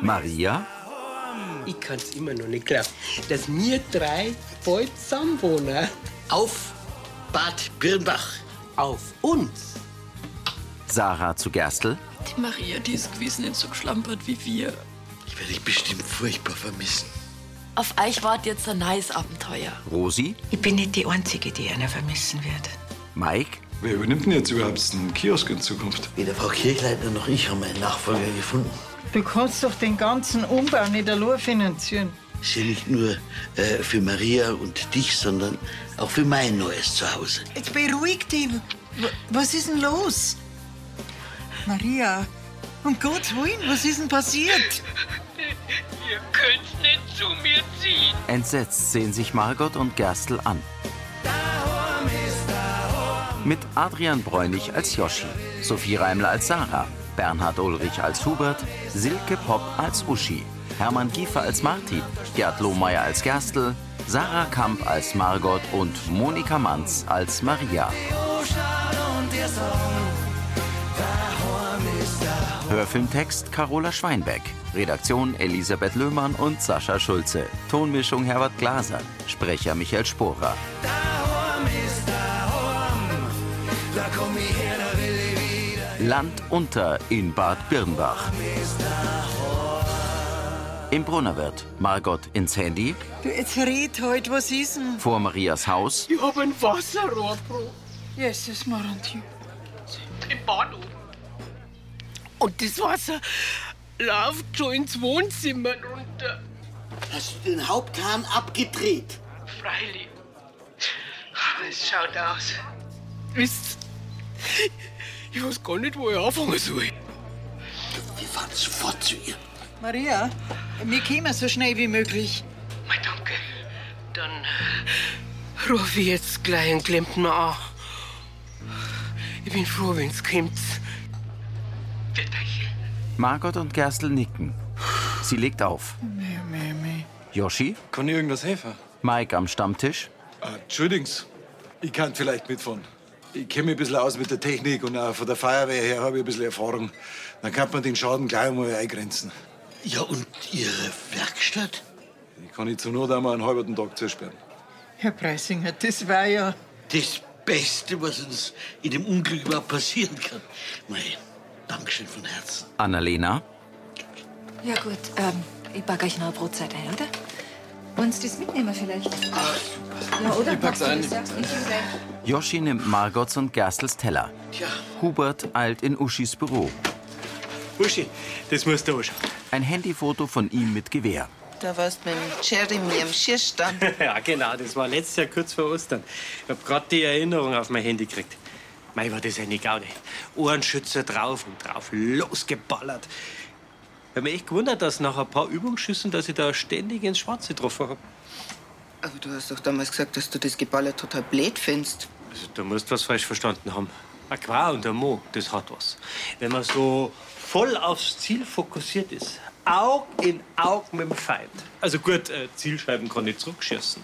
Maria, Ich kann es immer noch nicht glauben, dass wir drei bald zusammen wohnen. Auf Bad Birnbach. Auf uns. Sarah zu Gerstl, Die Maria, die ist gewesen nicht so geschlampert wie wir. Ich werde dich bestimmt furchtbar vermissen. Auf euch wart jetzt ein neues Abenteuer. Rosi, Ich bin nicht die Einzige, die einer vermissen wird. Mike, Wer übernimmt denn jetzt überhaupt einen Kiosk in Zukunft? Weder Frau Kirchleitner noch ich haben einen Nachfolger gefunden. Du kannst doch den ganzen Umbau nicht allein finanzieren. Ist ja nicht nur äh, für Maria und dich, sondern auch für mein neues Zuhause. Jetzt beruhig dich. W- Was ist denn los? Maria, um Gottes Willen, was ist denn passiert? Ihr könnt nicht zu mir ziehen. entsetzt sehen sich Margot und Gerstl an. Mit Adrian Bräunig als Joschi, Sophie Reimler als Sarah, Bernhard Ulrich als Hubert, Silke Popp als Uschi, Hermann Giefer als Marti, Gerd Lohmeier als Gerstl, Sarah Kamp als Margot und Monika Manz als Maria. Hörfilmtext Carola Schweinbeck. Redaktion Elisabeth Löhmann und Sascha Schulze. Tonmischung Herbert Glaser. Sprecher Michael Sporer. Land unter in Bad Birnbach. Im Brunnerwirt. Margot ins Handy. Du, jetzt red halt, was ist denn? Vor Marias Haus. Ich habe einen Wasserrohrbruch Jesus, Maranti. im Bahnhof. Und das Wasser läuft schon ins Wohnzimmer runter. Hast du den Haupthahn abgedreht? Freilich. Ah, Es schaut aus. Wisst ich weiß gar nicht, wo ich anfangen soll. Wir fahren sofort zu ihr. Maria, wir kommen so schnell wie möglich. Mein Danke. Dann äh, rufe ich jetzt gleich einen Klempner an. Ich bin froh, wenn's kommt. Wird euch. Margot und Gerstl nicken. Sie legt auf. Yoshi, Kann ich irgendwas helfen? Mike am Stammtisch. Ah, Entschuldigung, ich kann vielleicht mitfahren. Ich kenne mich ein bisschen aus mit der Technik und auch von der Feuerwehr her habe ich ein bisschen Erfahrung. Dann kann man den Schaden gleich einmal eingrenzen. Ja, und ihre Werkstatt? Ich kann ich zur Not einmal einen halben Tag zusperren. Herr Preisinger, das war ja. Das Beste, was uns in dem Unglück überhaupt passieren kann. Mei, Dankeschön von Herzen. Annalena, Ja gut, ähm, ich backe euch noch eine Brotzeit ein, oder? Uns das mitnehmen vielleicht? Ach, ja, oder? Ich pack's ein. Ich bin gleich. Yoshi nimmt Margots und Gerstels Teller. Hubert eilt in Uschis Büro. Uschi, das musst du anschauen. Ein Handyfoto von ihm mit Gewehr. Da warst du mit Jeremy am Schierstand. ja, genau, das war letztes Jahr kurz vor Ostern. Ich hab grad die Erinnerung auf mein Handy gekriegt. Mei, war das eine Gaude. Ohrenschützer drauf und drauf losgeballert. Ich hab mich echt gewundert, dass nach ein paar Übungsschüssen, dass ich da ständig ins Schwarze getroffen hab. Aber du hast doch damals gesagt, dass du das Geballer halt total blöd findest. Also, du musst was falsch verstanden haben. Aqua und der Mo, das hat was. Wenn man so voll aufs Ziel fokussiert ist, Aug in Aug mit dem Feind. Also gut, äh, Zielscheiben kann ich zurückschießen.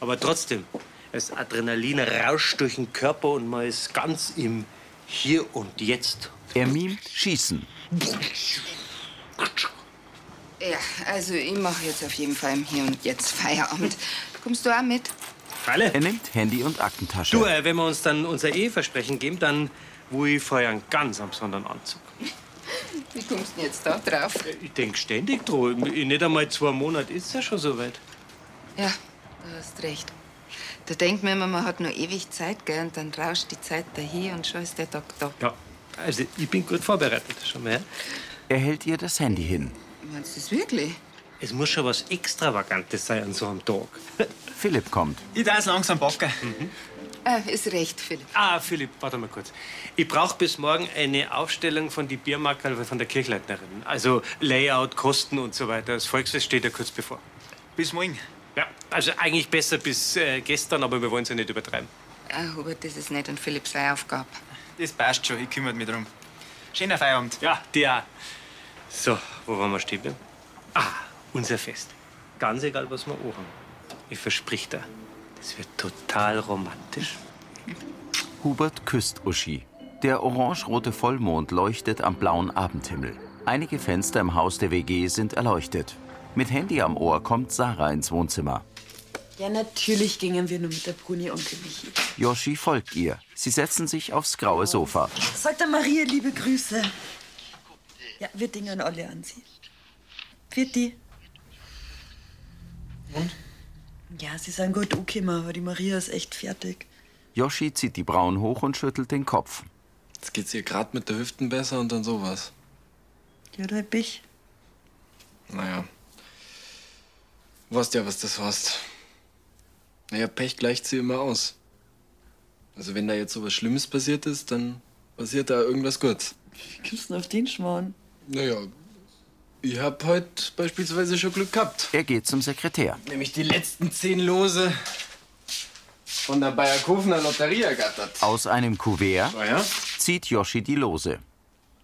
Aber trotzdem, das Adrenalin rauscht durch den Körper und man ist ganz im Hier und Jetzt. Er mimt Schießen. Ja, also ich mache jetzt auf jeden Fall im Hier und Jetzt Feierabend. Kommst du auch mit? Alle? Er nimmt Handy und Aktentasche. Du, äh, wenn wir uns dann unser Eheversprechen geben, dann wo ich vorher einen ganz am besonderen Anzug. Wie kommst du denn jetzt da drauf? Ich denk ständig dran. In nicht einmal zwei Monaten ist ja schon so weit. Ja, du hast recht. Da denkt man immer, man hat nur ewig Zeit, gell? Und dann rauscht die Zeit dahin und schon ist der Tag da. Ja, also ich bin gut vorbereitet schon mal. ja? Er hält ihr das Handy hin. Meinst du das wirklich? Es muss schon was Extravagantes sein an so einem Tag. Philipp kommt. Ich darf langsam backen. Äh, ist recht, Philipp. Ah, Philipp, warte mal kurz. Ich brauche bis morgen eine Aufstellung von die Biermarkerl von der Kirchleitnerin. Also Layout, Kosten und so weiter. Das Volksfest steht ja kurz bevor. Bis morgen. Ja, also eigentlich besser bis äh, gestern, aber wir wollen es ja nicht übertreiben. Ah, Hubert, das ist nicht an Philipp seine Aufgabe. Das passt schon, ich kümmere mich drum. Schöner Feierabend. Ja, der. So, wo waren wir stehen bleiben? Ah, unser Fest. Ganz egal, was wir anhaben. Ich versprich dir, das wird total romantisch. Hubert küsst Uschi. Der orangerote Vollmond leuchtet am blauen Abendhimmel. Einige Fenster im Haus der WG sind erleuchtet. Mit Handy am Ohr kommt Sarah ins Wohnzimmer. Ja, natürlich gingen wir nur mit der Bruni und dem Michi. Yoshi folgt ihr. Sie setzen sich aufs graue Sofa. Sagt der Maria liebe Grüße. Ja, wir dingen alle an sie. Vierte. Und? Ja, sie sind gut angekommen, aber die Maria ist echt fertig. Yoshi zieht die Brauen hoch und schüttelt den Kopf. Jetzt geht's ihr gerade mit der Hüften besser und dann sowas. Ja, da hab ich. Naja. Du weißt ja, was das heißt. Naja, Pech gleicht sie immer aus. Also wenn da jetzt sowas Schlimmes passiert ist, dann passiert da irgendwas Gutes. Wie kommst du denn auf den Schmarrn? Naja, ich hab heute beispielsweise schon Glück gehabt. Er geht zum Sekretär. Nämlich die letzten zehn Lose von der Bayerkofener Lotterie ergattert. Aus einem Kuvert Ah ja? zieht Yoshi die Lose.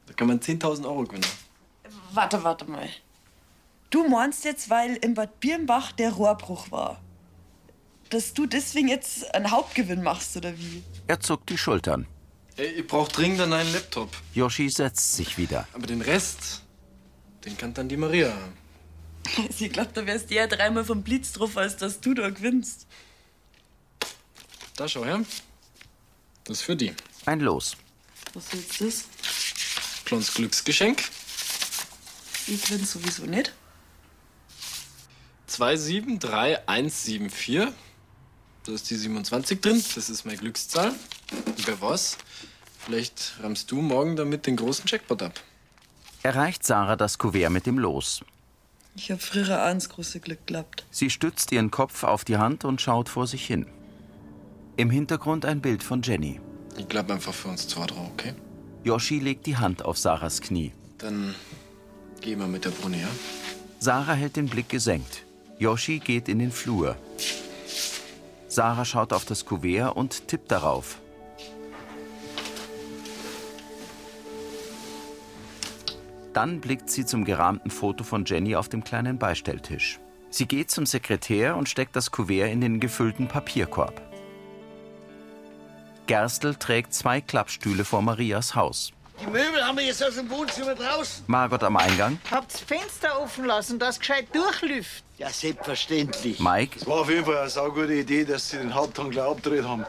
Da kann man 10.000 Euro gewinnen. Warte, warte mal. Du meinst jetzt, weil in Bad Birnbach der Rohrbruch war. Dass du deswegen jetzt einen Hauptgewinn machst, oder wie? Er zuckt die Schultern. Ey, ich brauch dringend einen neuen Laptop. Yoshi setzt sich wieder. Aber den Rest, den kann dann die Maria haben. Sie glaubt, da wärst eher dreimal vom Blitz drauf, als dass du da gewinnst. Da schau her. Das ist für die. Ein Los. Was ist das? Klons Glücksgeschenk. Ich gewinn sowieso nicht. 273174. Da ist die 27 drin. Das ist meine Glückszahl. Und wer was? Vielleicht rammst du morgen damit den großen Jackpot ab. Erreicht Sarah das Kuvert mit dem Los. Ich hab früher auch ans große Glück gehabt. Sie stützt ihren Kopf auf die Hand und schaut vor sich hin. Im Hintergrund ein Bild von Jenny. Ich glaube einfach für uns zwei drauf, okay? Yoshi legt die Hand auf Sarahs Knie. Dann gehen wir mit der Bruni, ja? Sarah hält den Blick gesenkt. Yoshi geht in den Flur. Sarah schaut auf das Kuvert und tippt darauf. Dann blickt sie zum gerahmten Foto von Jenny auf dem kleinen Beistelltisch. Sie geht zum Sekretär und steckt das Kuvert in den gefüllten Papierkorb. Gerstl trägt zwei Klappstühle vor Marias Haus. Die Möbel haben wir jetzt aus dem Wohnzimmer draußen. Margot am Eingang, Habt's Fenster offen lassen, dass gescheit durchlüft. Ja, selbstverständlich. Mike, Es war auf jeden Fall eine saugute Idee, dass sie den Haupthang gleich abgedreht haben.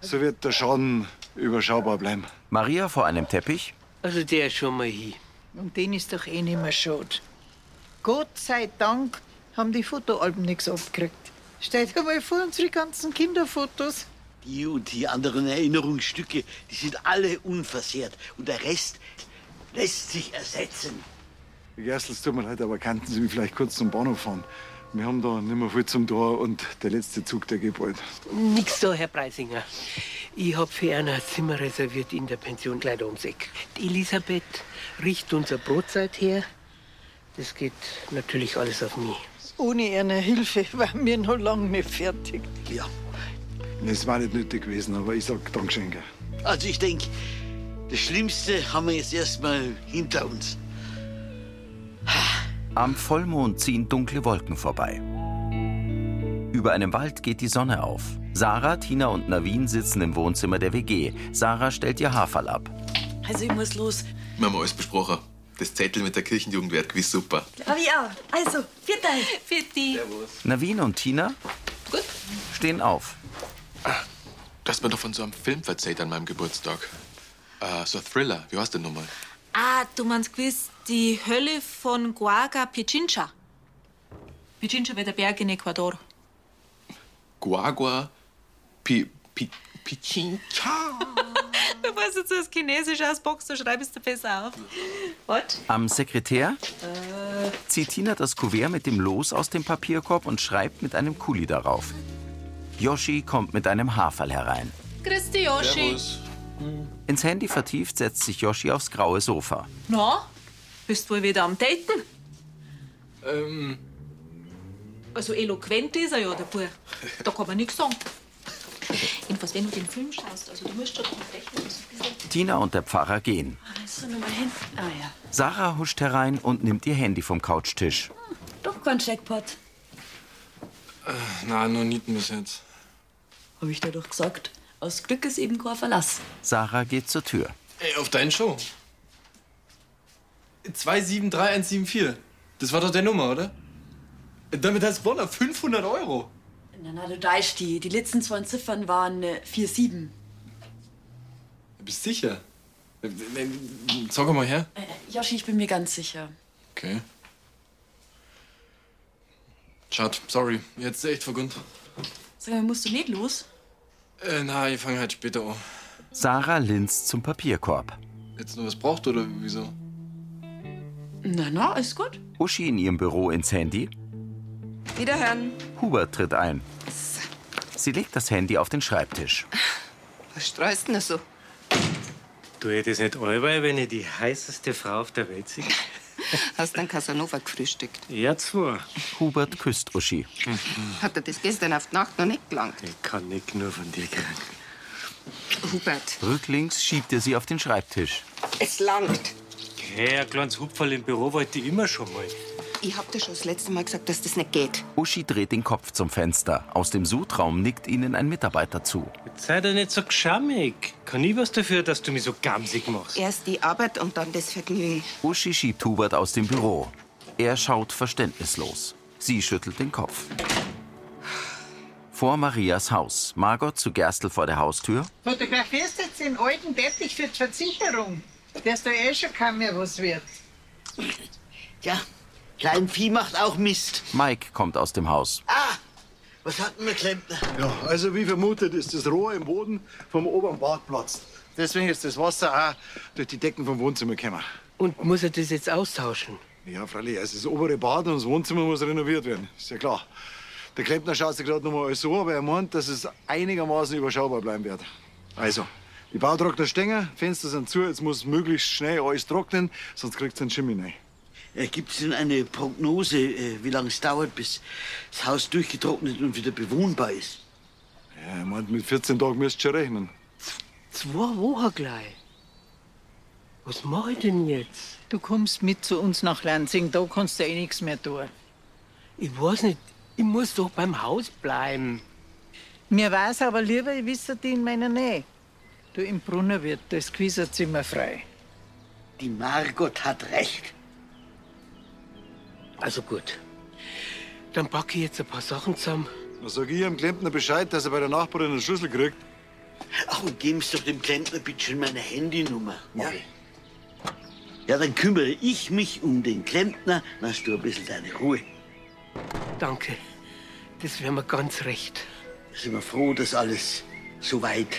So wird der Schaden überschaubar bleiben. Maria vor einem Teppich, Also der ist schon mal hin. Und den ist doch eh nicht mehr schade. Gott sei Dank haben die Fotoalben nichts abgekriegt. Stell dir mal vor, unsere ganzen Kinderfotos. Die und die anderen Erinnerungsstücke, die sind alle unversehrt. Und der Rest lässt sich ersetzen. Gerstl, es tut mir leid, aber könnten Sie mich vielleicht kurz zum Bahnhof fahren? Wir haben da nicht mehr viel zum Tor und der letzte Zug, der geht bald. Nix so, Herr Preisinger. Ich hab für Erna ein Zimmer reserviert in der Pension gleich da ums Eck. Die Elisabeth riecht unser Brotzeit her. Das geht natürlich alles auf mich. Ohne ihre Hilfe waren wir noch lange nicht fertig. Ja. Es war nicht nötig gewesen, aber ich sag Dankeschön. gell. Also ich denke, das Schlimmste haben wir jetzt erstmal hinter uns. Am Vollmond ziehen dunkle Wolken vorbei. Über einem Wald geht die Sonne auf. Sarah, Tina und Navin sitzen im Wohnzimmer der WG. Sarah stellt ihr Haferl ab. Also ich muss los. Wir haben alles besprochen. Das Zettel mit der Kirchenjugend wird gewiss super. Hab ich auch. Also, vierte. Vierte. Navin und Tina stehen auf. Du hast mir doch von so einem Film erzählt an meinem Geburtstag. Äh, so ein Thriller. Wie heißt der nochmal? Ah, du meinst gewiss die Hölle von Guaga Pichincha. Pichincha wird der Berg in Ecuador. Guagua Pi, Pi, Pichincha. Bevor du zuerst Chinesisch ausboxst, dann schreibst du besser auf. Äh, Was? Am Sekretär zieht Tina das Kuvert mit dem Los aus dem Papierkorb und schreibt mit einem Kuli darauf. Yoshi kommt mit einem Haferl herein. Christi Yoshi. Ins Handy vertieft setzt sich Yoshi aufs graue Sofa. Na, bist wohl wieder am Daten? Ähm. Also eloquent ist er ja, der Bub. Da kann man nichts sagen. Jedenfalls, wenn du den Film schaust, also du musst schon drauf rechnen, dass ein bisschen... Tina und der Pfarrer gehen. Weißt du, nochmal hin? Ah ja. Sarah huscht herein und nimmt ihr Handy vom Couchtisch. Doch kein Jackpot. Na, nur nicht bis jetzt. Hab ich dir doch gesagt. Aus Glück ist eben kein Verlass. Sarah geht zur Tür. Ey, auf deinen Show. 273174. Das war doch der Nummer, oder? Damit hat's Bonner 500 Euro. Na, na, du deisch die. Die letzten zwei Ziffern waren äh, 47. Bist sicher? Äh, Zeig mal her. Äh, Joschi, ich bin mir ganz sicher. Okay. Schade, sorry. Jetzt ist echt vergund. Sag mal, musst du nicht los? Äh, na, ich fange halt später an. Sarah linst zum Papierkorb. Jetzt nur was braucht oder wieso? Na, na, alles gut. Uschi in ihrem Büro ins Handy. Wiederhören. Hubert tritt ein. Sie legt das Handy auf den Schreibtisch. Was streust denn da so? Du hättest nicht allweil, wenn ich die heißeste Frau auf der Welt sehe. Hast dann Casanova gefrühstückt? Ja, zwar. Hubert küsst Uschi. Hat er das gestern auf die Nacht noch nicht gelangt? Ich kann nicht nur von dir kriegen. Hubert, Rücklings schiebt er sie auf den Schreibtisch. es langt. Hey, ein kleines Hupferl im Büro wollte ich immer schon mal. Ich hab dir schon das letzte Mal gesagt, dass das nicht geht. Uschi dreht den Kopf zum Fenster. Aus dem Sutraum nickt ihnen ein Mitarbeiter zu. Sei doch nicht so geschammig. Kann ich was dafür, dass du mich so gamsig machst? Erst die Arbeit und dann das Vergnügen. Uschi schiebt Hubert aus dem Büro. Er schaut verständnislos. Sie schüttelt den Kopf. Vor Marias Haus. Margot zu Gerstl vor der Haustür. Fotografierst jetzt den alten Teppich für die Versicherung, dass da eh schon kaum mehr was wird. Ja, klein Vieh macht auch Mist. Mike kommt aus dem Haus. Ah, was hatten wir, Klempner? Ja, also wie vermutet ist das Rohr im Boden vom oberen Bad platzt. Deswegen ist das Wasser auch durch die Decken vom Wohnzimmer gekommen. Und muss er das jetzt austauschen? Ja, freilich, also das obere Bad und das Wohnzimmer muss renoviert werden. Ist ja klar. Der Klempner schaut sich gerade noch mal alles so, aber er meint, dass es einigermaßen überschaubar bleiben wird. Also, die Bautrockner stehen, Fenster sind zu, jetzt muss möglichst schnell alles trocknen, sonst kriegt es einen Schimmel rein. Gibt es Äh, denn eine Prognose, äh, wie lange es dauert, bis das Haus durchgetrocknet und wieder bewohnbar ist? Ja, er meint, mit 14 Tagen müsst ihr schon rechnen. Zwei Wochen oh, gleich. Was mach ich denn jetzt? Du kommst mit zu uns nach Lansing, da kannst du eh nichts mehr tun. Ich weiß nicht, ich muss doch beim Haus bleiben. Mir war's aber lieber, ich wisse die in meiner Nähe. Du im Brunner wird das Quieserzimmer frei. Die Margot hat recht. Also gut. Dann packe ich jetzt ein paar Sachen zusammen. Dann sag ich dem Klempner Bescheid, dass er bei der Nachbarin einen Schlüssel kriegt. Ach, und geben Sie doch dem Klempner bitte schon meine Handynummer. Ja. ja, dann kümmere ich mich um den Klempner, dann hast du ein bisschen deine Ruhe. Danke. Das wäre mir ganz recht. Sind wir froh, dass alles so weit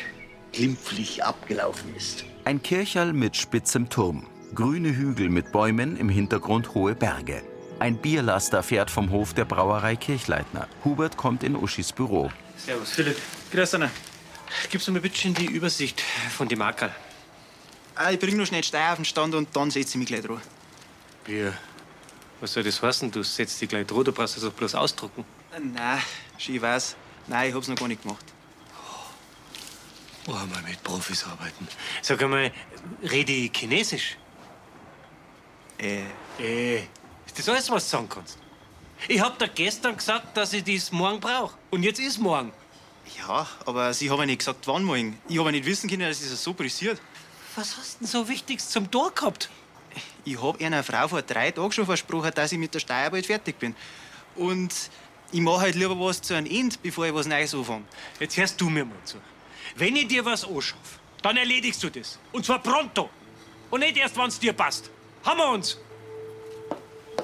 glimpflich abgelaufen ist. Ein Kircherl mit spitzem Turm. Grüne Hügel mit Bäumen, im Hintergrund hohe Berge. Ein Bierlaster fährt vom Hof der Brauerei Kirchleitner. Hubert kommt in Uschis Büro. Servus, Philipp. Grüß dich. Gibst du mir bitte schön die Übersicht von dem Ackerl? Ah, ich bring nur schnell die Steine auf den Stand und dann setze ich mich gleich dran. Bier. Was soll das heißen? Du setzt dich gleich drauf, du brauchst das doch bloß ausdrucken. Ah, Nein, schon ich weiß. Nein, ich hab's noch gar nicht gemacht. Oh, mal mit Profis arbeiten. Sag einmal, rede ich Chinesisch? Äh. Äh. Ist das alles, was du sagen kannst? Ich hab dir gestern gesagt, dass ich dies morgen brauch. Und jetzt ist morgen. Ja, aber Sie haben ja nicht gesagt, wann morgen. Ich habe ja nicht wissen können, dass es so pressiert. Was hast denn so Wichtiges zum Tor gehabt? Ich habe einer Frau vor drei Tagen schon versprochen, dass ich mit der Steuer bald fertig bin. Und ich mache halt lieber was zu einem Ende, bevor ich was Neues anfange. Jetzt hörst du mir mal zu. Wenn ich dir was anschaff, dann erledigst du das. Und zwar pronto. Und nicht erst, wann's dir passt. Haben wir uns.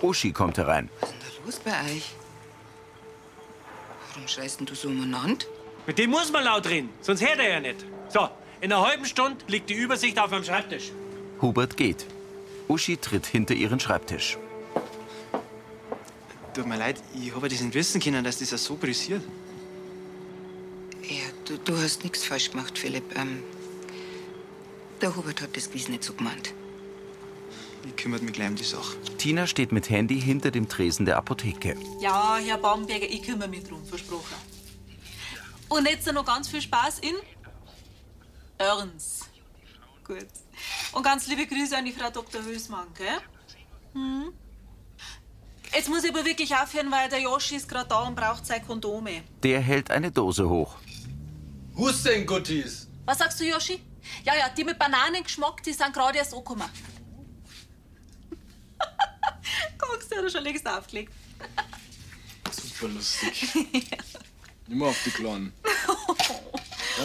Uschi kommt herein. Los bei euch. Warum schreist denn du so umeinander? Mit dem muss man laut reden, sonst hört er ja nicht. So, in einer halben Stunde liegt die Übersicht auf meinem Schreibtisch. Hubert geht. Uschi tritt hinter ihren Schreibtisch. Tut mir leid, ich habe das nicht wissen können, dass das so pressiert. Ja, du, du hast nichts falsch gemacht, Philipp. Ähm, der Hubert hat das gewiss nicht so gemeint. Ich kümmert mich gleich um die Sache. Tina steht mit Handy hinter dem Tresen der Apotheke. Ja, Herr Bamberger, ich kümmere mich drum, versprochen. Und jetzt noch ganz viel Spaß in Örns. Gut. Und ganz liebe Grüße an die Frau Dr. Hösmann, gell? Hm? Jetzt muss ich aber wirklich aufhören, weil der Joschi ist gerade da und braucht seine Kondome. Der hält eine Dose hoch. Who's denn Guttis? Was sagst du, Joschi? Ja, ja, die mit Bananengeschmack, die sind gerade erst angekommen. Liste oder schon längst aufgelegt? Super lustig. Immer auf die Klaren.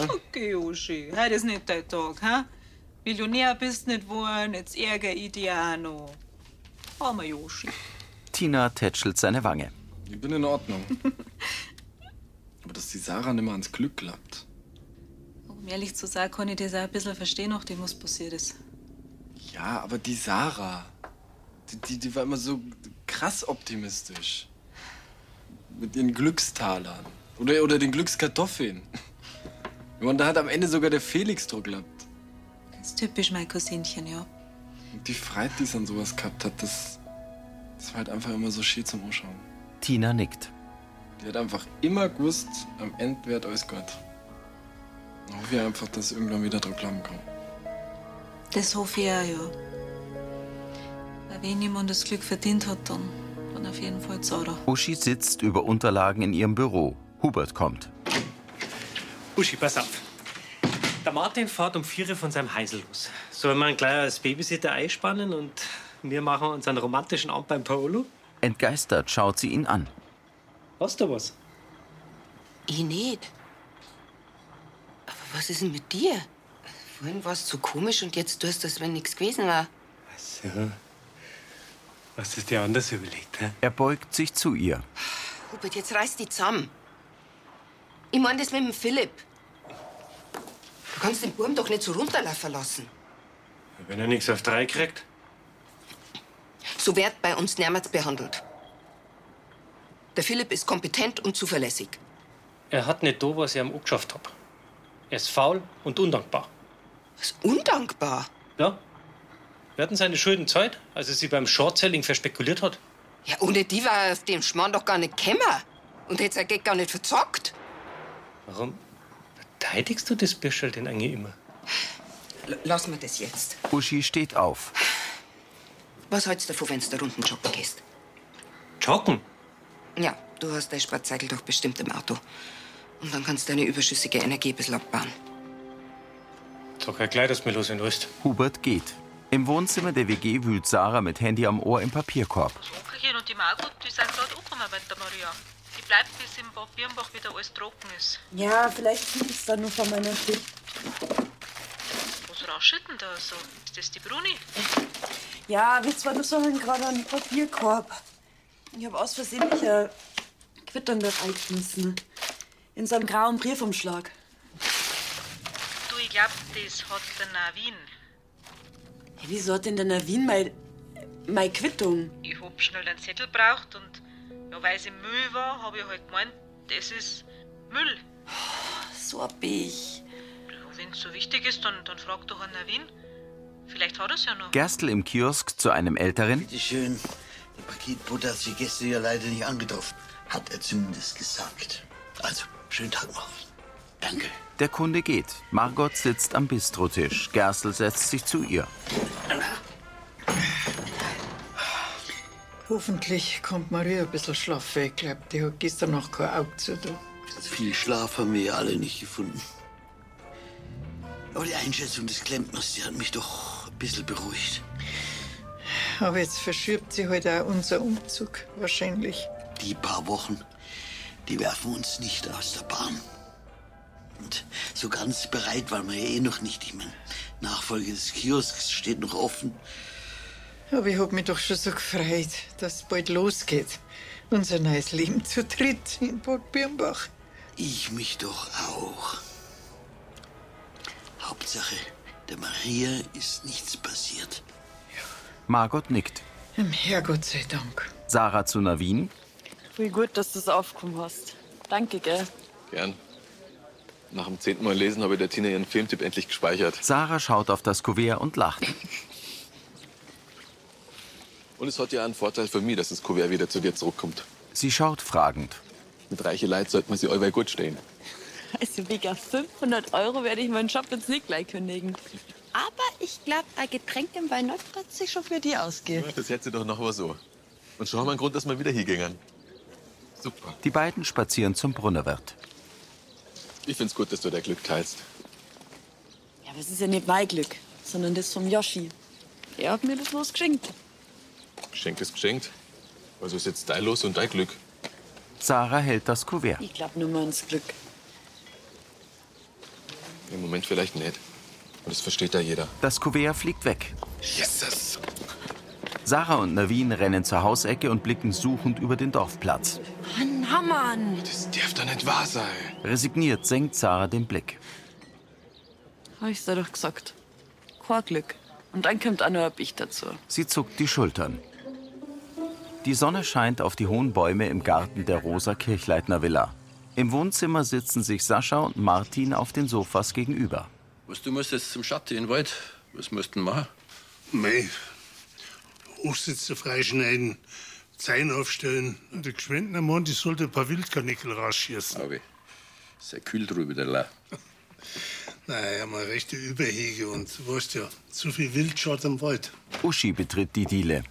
Okay, Joshi, heute ist nicht dein Tag, hä? Millionär bist nicht worden, jetzt ärger ich dich auch noch. Armer Joshi. Tina tätschelt seine Wange. Ich bin in Ordnung. Aber dass die Sarah nicht mehr ans Glück klappt. Um ehrlich zu sein, kann ich das auch ein bisschen verstehen, nachdem was passiert ist. Ja, aber die Sarah, die, die, die war immer so krass optimistisch. Mit ihren Glückstalern. Oder, oder den Glückskartoffeln. Und da hat am Ende sogar der Felix Druck gehabt. Das ist typisch mein Cousinchen, ja. Und die Freiheit, die es an sowas gehabt hat, das, das war halt einfach immer so schier zum Anschauen. Tina nickt. Die hat einfach immer gewusst, am Ende wird alles gut. Dann hoffe ich einfach, dass irgendwann wieder Druck klappen kann. Das hoffe ich auch, ja. Weil wenn jemand das Glück verdient hat, dann, dann auf jeden Fall Zara. Uschi sitzt über Unterlagen in ihrem Büro. Hubert kommt. Uschi, pass auf. Der Martin fährt um vier Uhr von seinem Heisel los. Sollen wir ihn gleich als Babysitter einspannen und wir machen uns einen romantischen Abend beim Paolo? Entgeistert schaut sie ihn an. Hast du was? Ich nicht. Aber was ist denn mit dir? Vorhin warst du so komisch und jetzt tust du, als wenn nichts gewesen war. So. Was ist dir anders überlegt? Ne? Er beugt sich zu ihr. Hubert, jetzt reiß dich zusammen. Ich meine das mit dem Philipp. Du kannst den Burm doch nicht so runterlaufen lassen. Wenn er nichts auf drei kriegt. So wird bei uns niemand behandelt. Der Philipp ist kompetent und zuverlässig. Er hat nicht da, was ich ihm angeschafft habe. Er ist faul und undankbar. Was undankbar. Ja? Wir hatten seine Schulden Zeit, als er sie beim Shortselling verspekuliert hat. Ja, ohne die war er auf dem Schmarrn doch gar nicht gekommen. Und hätte sein Geld gar nicht verzockt. Warum verteidigst du das Büschel denn eigentlich immer? L lass mir das jetzt. Uschi steht auf. Was hältst du davon, wenn du da runden joggen gehst? Joggen? Ja, du hast dein Spazeikel doch bestimmt im Auto. Und dann kannst du deine überschüssige Energie ein bisschen abbauen. Sag ja gleich, dass mir los in Rüst. Hubert geht. Im Wohnzimmer der WG wühlt Sarah mit Handy am Ohr im Papierkorb. Onkelchen und die Margot, die sind gerade angekommen mit der Maria. Die bleibt, bis im Bad Birnbach wieder alles trocken ist. Ja, vielleicht sieht es dann nur von meiner Schicht. Was raschelt denn da so? Ist das die Bruni? Ja, wir zwei besorgen gerade einen Papierkorb. Ich habe aus Versehen ein Quittern da reingeschmissen. In so einem grauen Briefumschlag. Du, ich glaub, das hat der Navin. Hey, wieso hat denn der Navin mein, meine Quittung? Ich hab schnell einen Zettel braucht und ja, weil es im Müll war, habe ich halt gemeint, das ist Müll. So ein Pech. Wenn es so wichtig ist, dann, dann frag doch an Navin. Vielleicht hat er es ja noch. Gerstl im Kiosk zu einem Älteren. Bitte schön. Der Paketbote hat sich gestern ja leider nicht angetroffen. Hat er zumindest gesagt. Also, schönen Tag noch. Danke. Der Kunde geht. Margot sitzt am Bistrotisch. Gerstl setzt sich zu ihr. Hoffentlich kommt Maria ein bisschen Schlaf weg. Ich glaub, die hat gestern noch kein Auge zu tun. Also Viel Schlaf haben wir ja alle nicht gefunden. Aber die Einschätzung des Klempners, die hat mich doch ein bisschen beruhigt. Aber jetzt verschiebt sie heute halt auch unser Umzug wahrscheinlich. Die paar Wochen, die werfen uns nicht aus der Bahn. Und so ganz bereit waren wir ja eh noch nicht. Ich meine, Nachfolge des Kiosks steht noch offen. Aber ich hab mich doch schon so gefreut, dass es bald losgeht. Unser neues Leben zu dritt in Bad Birnbach. Ich mich doch auch. Hauptsache, der Maria ist nichts passiert. Margot nickt. Im Herrgott sei Dank. Sarah zu Navin. Wie gut, dass du es aufgekommen hast. Danke, gell? Gern. Nach dem zehnten Mal lesen habe ich der Tina ihren Filmtipp endlich gespeichert. Sarah schaut auf das Kuvert und lacht. Und es hat ja einen Vorteil für mich, dass das Kuvert wieder zu dir zurückkommt. Sie schaut fragend. Mit reichen Leid sollte man sie allweil gut stehen. Also wegen 500 Euro werde ich meinen Job jetzt nicht gleich kündigen. Aber ich glaube, ein Getränk im Weinort wird sich schon für die ausgehen. Das hätte sie doch noch mal so. Und schon haben wir einen Grund, dass wir wieder hingingen. Super. Die beiden spazieren zum Brunnerwirt. Ich find's gut, dass du dein Glück teilst. Ja, aber es ist ja nicht mein Glück, sondern das vom Yoshi. Er hat mir das bloß geschenkt. Geschenkt ist geschenkt. Also ist jetzt dein Los und dein Glück. Sarah hält das Kuvert. Ich glaube nur mal ans Glück. Im Moment vielleicht nicht. Und das versteht ja jeder. Das Kuvert fliegt weg. Jesus! Sarah und Navin rennen zur Hausecke und blicken suchend über den Dorfplatz. Mann, Hammann. Das darf doch nicht wahr sein. Resigniert senkt Sarah den Blick. Habe ich dir doch gesagt. Kein Glück. Und dann kommt auch noch ein Bicht dazu. Sie zuckt die Schultern. Die Sonne scheint auf die hohen Bäume im Garten der Rosa Kirchleitner Villa. Im Wohnzimmer sitzen sich Sascha und Martin auf den Sofas gegenüber. Was, du musst jetzt zum Schatten in den Wald. Was musst du denn machen? Mei, Hochsitze freischneiden, Zein aufstellen. Und der geschwindene Mond, ich sollte ein paar Wildkanickel rausschießen. Hab ich. Sehr kühl drüber, der La. Naja, mal rechte Überhege und du weißt ja, zu viel Wild schaut am Wald. Uschi betritt die Diele.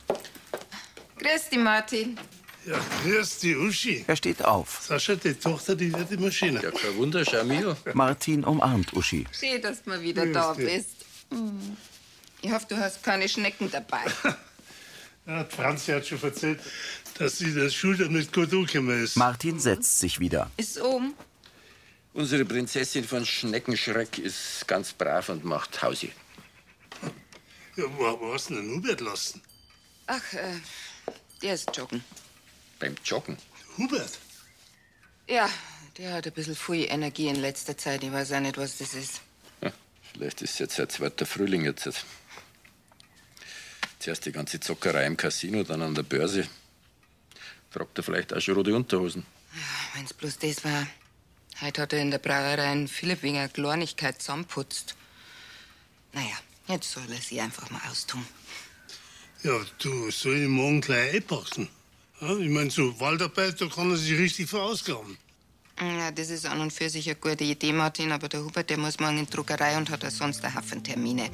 Grüß dich, Martin. Ja, grüß die Uschi. Er steht auf. Sascha, die Tochter, die wird die Maschine. Ja, kein Wunder, Schamil. Martin umarmt Uschi. Schön, dass du mal wieder Grüß da dich. bist. Hm. Ich hoffe, du hast keine Schnecken dabei. Ja, die Franzi hat schon erzählt, dass sie das Schulter nicht gut angekommen ist. Martin setzt sich wieder. Ist um. Unsere Prinzessin von Schneckenschreck ist ganz brav und macht Hausi. Ja, wo wo hast du denn den Hubert lassen? Ach, äh, der ist joggen. Beim Joggen. Hubert? Ja, der hat ein bisschen viel Energie in letzter Zeit. Ich weiß auch nicht, was das ist. Vielleicht ist jetzt ein zweiter Frühling jetzt. Zuerst die ganze Zockerei im Casino, dann an der Börse. Tragt er vielleicht auch schon rote Unterhosen. Wenn's bloß das war. Heute hat er in der Brauerei in Philippwinger Glornigkeit zusammenputzt. Naja, jetzt soll er sie einfach mal austun. Ja, du soll ich morgen gleich einpacken. Ja, ich meine, so Waldarbeit, da kann er sich richtig verausgaben. Ja, das ist an und für sich eine gute Idee, Martin, aber der Hubert, der muss morgen in die Druckerei und hat auch sonst einen Haufen Termine.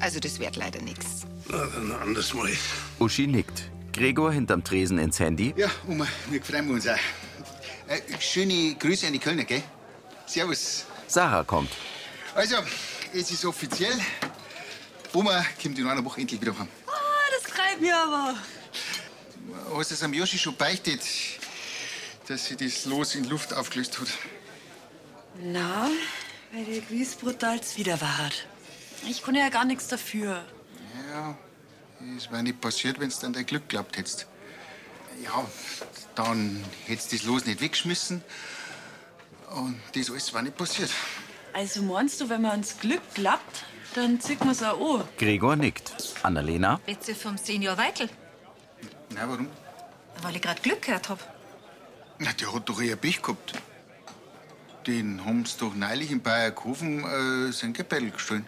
Also das wird leider nichts. Na, dann anders mal. Uschi nickt. Gregor hinterm Tresen ins Handy. Ja, Oma, wir freuen uns auch. Äh, schöne Grüße an die Kölner, gell? Servus. Sarah kommt. Also, es ist offiziell. Oma kommt in einer Woche endlich wieder heim. Ah, das freut mich aber. Hast du es am Joschi schon beichtet, dass sie das Los in Luft aufgelöst hat? Na, weil der Gries brutal wieder hat. Ich konnte ja gar nichts dafür. Ja, es wäre nicht passiert, wenn du an dein Glück glaubt hättest. Ja, dann hättest du das Los nicht weggeschmissen. Und das alles war nicht passiert. Also meinst du, wenn man ans Glück klappt, dann zieht man es auch an. Gregor nickt. Annalena. Witze vom Senior Weitel, Na, warum? weil ich gerade Glück gehabt hab. Na, der hat doch eher Pech gehabt. Den haben sie doch neulich in Bayerkofen äh, sein Gebettel gestohlen.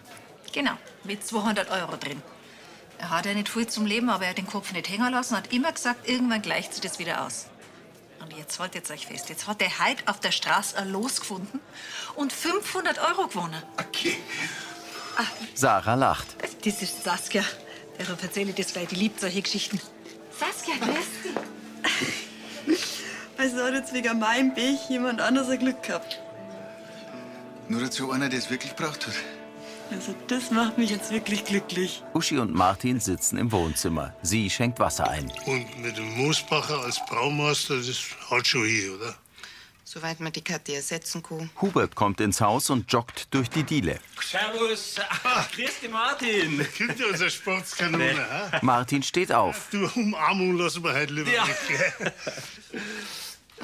Genau, mit 200 Euro drin. Er hat ja nicht viel zum Leben, aber er hat den Kopf nicht hängen lassen und hat immer gesagt, irgendwann gleicht sich das wieder aus. Und jetzt haltet euch fest, jetzt hat der Heid auf der Straße ein Los gefunden und 500 Euro gewonnen. Sarah lacht. Das ist Saskia. Der erzähle ich das gleich, die liebt solche Geschichten. Saskia, grüß dich. Also hat jetzt wegen meinem Pech jemand anderes ein Glück gehabt. Nur dazu einer, der es wirklich braucht hat. Also das macht mich jetzt wirklich glücklich. Uschi und Martin sitzen im Wohnzimmer. Sie schenkt Wasser ein. Und mit dem Moosbacher als Braumeister, das hat schon hier, oder? Soweit man die Karte ersetzen kann. Hubert kommt ins Haus und joggt durch die Diele. Servus. Ah, grüß dich, Martin. Gibt ja unser Sportskanone, ha? Martin steht auf. Du Umarmung lassen wir heute lieber Ja. weg, gell?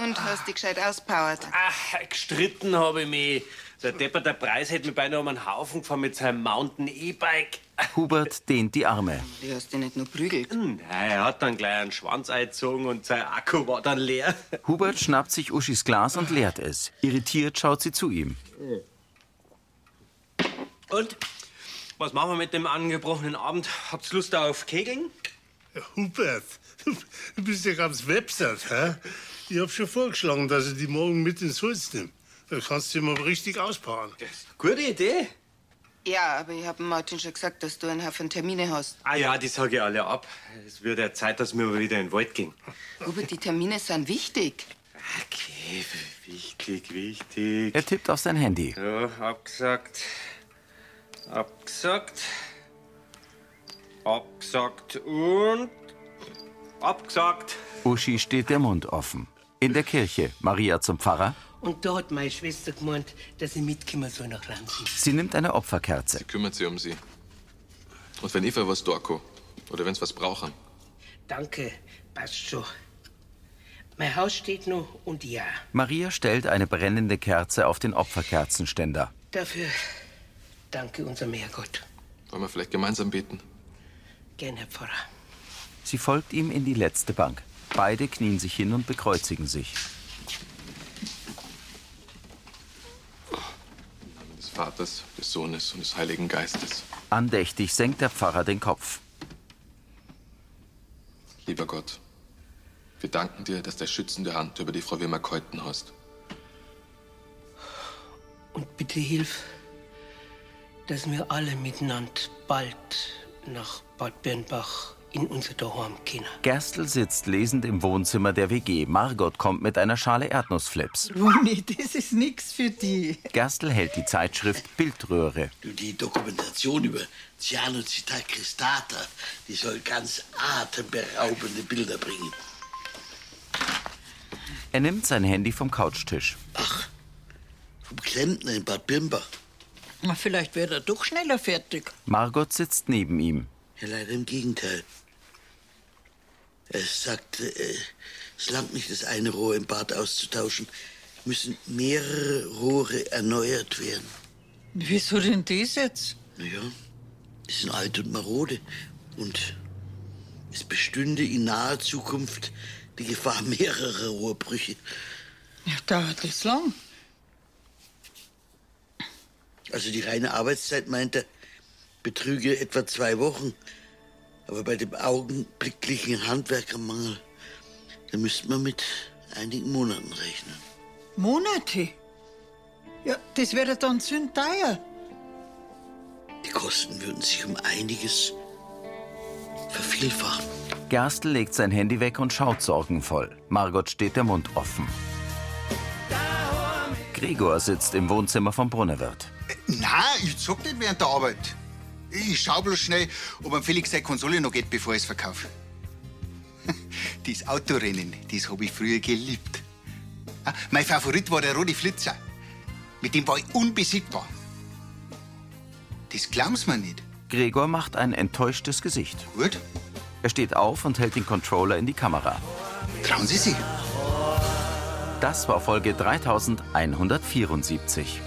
Und hast dich gescheit auspowert. Ah. Gestritten habe ich mich. Der Depper der Preis hätte mich beinahe um einen Haufen gefahren mit seinem Mountain E-Bike. Hubert dehnt die Arme. Du hast dich nicht nur prügelt. Nein, Hm, er hat dann gleich einen Schwanz eingezogen und sein Akku war dann leer. Hubert schnappt sich Uschis Glas und leert es. Irritiert schaut sie zu ihm. Äh. Und? Was machen wir mit dem angebrochenen Abend? Habt ihr Lust auf Kegeln? Hubert, du bist ja ganz websat, hä? Ich hab schon vorgeschlagen, dass ich die morgen mit ins Holz nehme. Da kannst du dich mal richtig ausbauen. Gute Idee. Ja, aber ich hab dem Martin schon gesagt, dass du einen Haufen Termine hast. Ah ja, die sage ich alle ab. Es wird ja Zeit, dass wir mal wieder in den Wald gehen. Hubert, die Termine sind wichtig. Äh, Wichtig, wichtig. Er tippt auf sein Handy. So, abgesagt. Abgesagt. Abgesagt und. Abgesagt. Uschi steht der Mund offen. In der Kirche, Maria zum Pfarrer. Und da hat meine Schwester gemeint, dass ich mitkommen soll nach Ranzen. Sie nimmt eine Opferkerze. Kümmert sich um sie. Und wenn Eva was dorko oder wenn's was brauchen. Danke, passt schon. Mein Haus steht noch und ja, Maria stellt eine brennende Kerze auf den Opferkerzenständer. dafür danke unserem Herrgott. Wollen wir vielleicht gemeinsam beten? Gerne, Herr Pfarrer. Sie folgt ihm in die letzte Bank. Beide knien sich hin und bekreuzigen sich. Des Vaters, des Sohnes und des Heiligen Geistes. Andächtig senkt der Pfarrer den Kopf. Lieber Gott, wir danken dir, dass der schützende Hand über die Frau Wilmer Keuten hast. Bitte hilf, dass wir alle miteinander bald nach Bad Birnbach in unser Daheim gehen. Gerstl sitzt lesend im Wohnzimmer der WG. Margot kommt mit einer Schale Erdnussflips. Runi, das ist nix für die. Gerstl hält die Zeitschrift Bildröhre. Die Dokumentation über Ciano Città Cristata, die soll ganz atemberaubende Bilder bringen. Er nimmt sein Handy vom Couchtisch. Vom Klempner in Bad Birnbach. Na, Vielleicht wird er doch schneller fertig. Margot sitzt neben ihm. Ja, leider im Gegenteil. Er sagte, äh, es langt nicht, das eine Rohr im Bad auszutauschen. Müssen mehrere Rohre erneuert werden. Wieso denn das jetzt? Naja, die sind alt und marode. Und es bestünde in naher Zukunft die Gefahr mehrerer Rohrbrüche. Ja, dauert das lang. Also die reine Arbeitszeit, meint er, betrüge etwa zwei Wochen. Aber bei dem augenblicklichen Handwerkermangel, da müsste man mit einigen Monaten rechnen. Monate? Ja, das wäre dann sündteuer. Die Kosten würden sich um einiges vervielfachen. Gerstl legt sein Handy weg und schaut sorgenvoll. Margot steht der Mund offen. Gregor sitzt im Wohnzimmer vom Brunnerwirt. Nein, ich zock nicht während der Arbeit. Ich schau bloß schnell, ob am Felix seine Konsole noch geht, bevor ich es verkaufe. Dieses Autorennen, das habe ich früher geliebt. Ah, Mein Favorit war der Rote Flitzer. Mit dem war ich unbesiegbar. Das glauben's mir nicht. Gregor macht ein enttäuschtes Gesicht. Gut. Er steht auf und hält den Controller in die Kamera. Trauen Sie sich. Das war Folge 3174.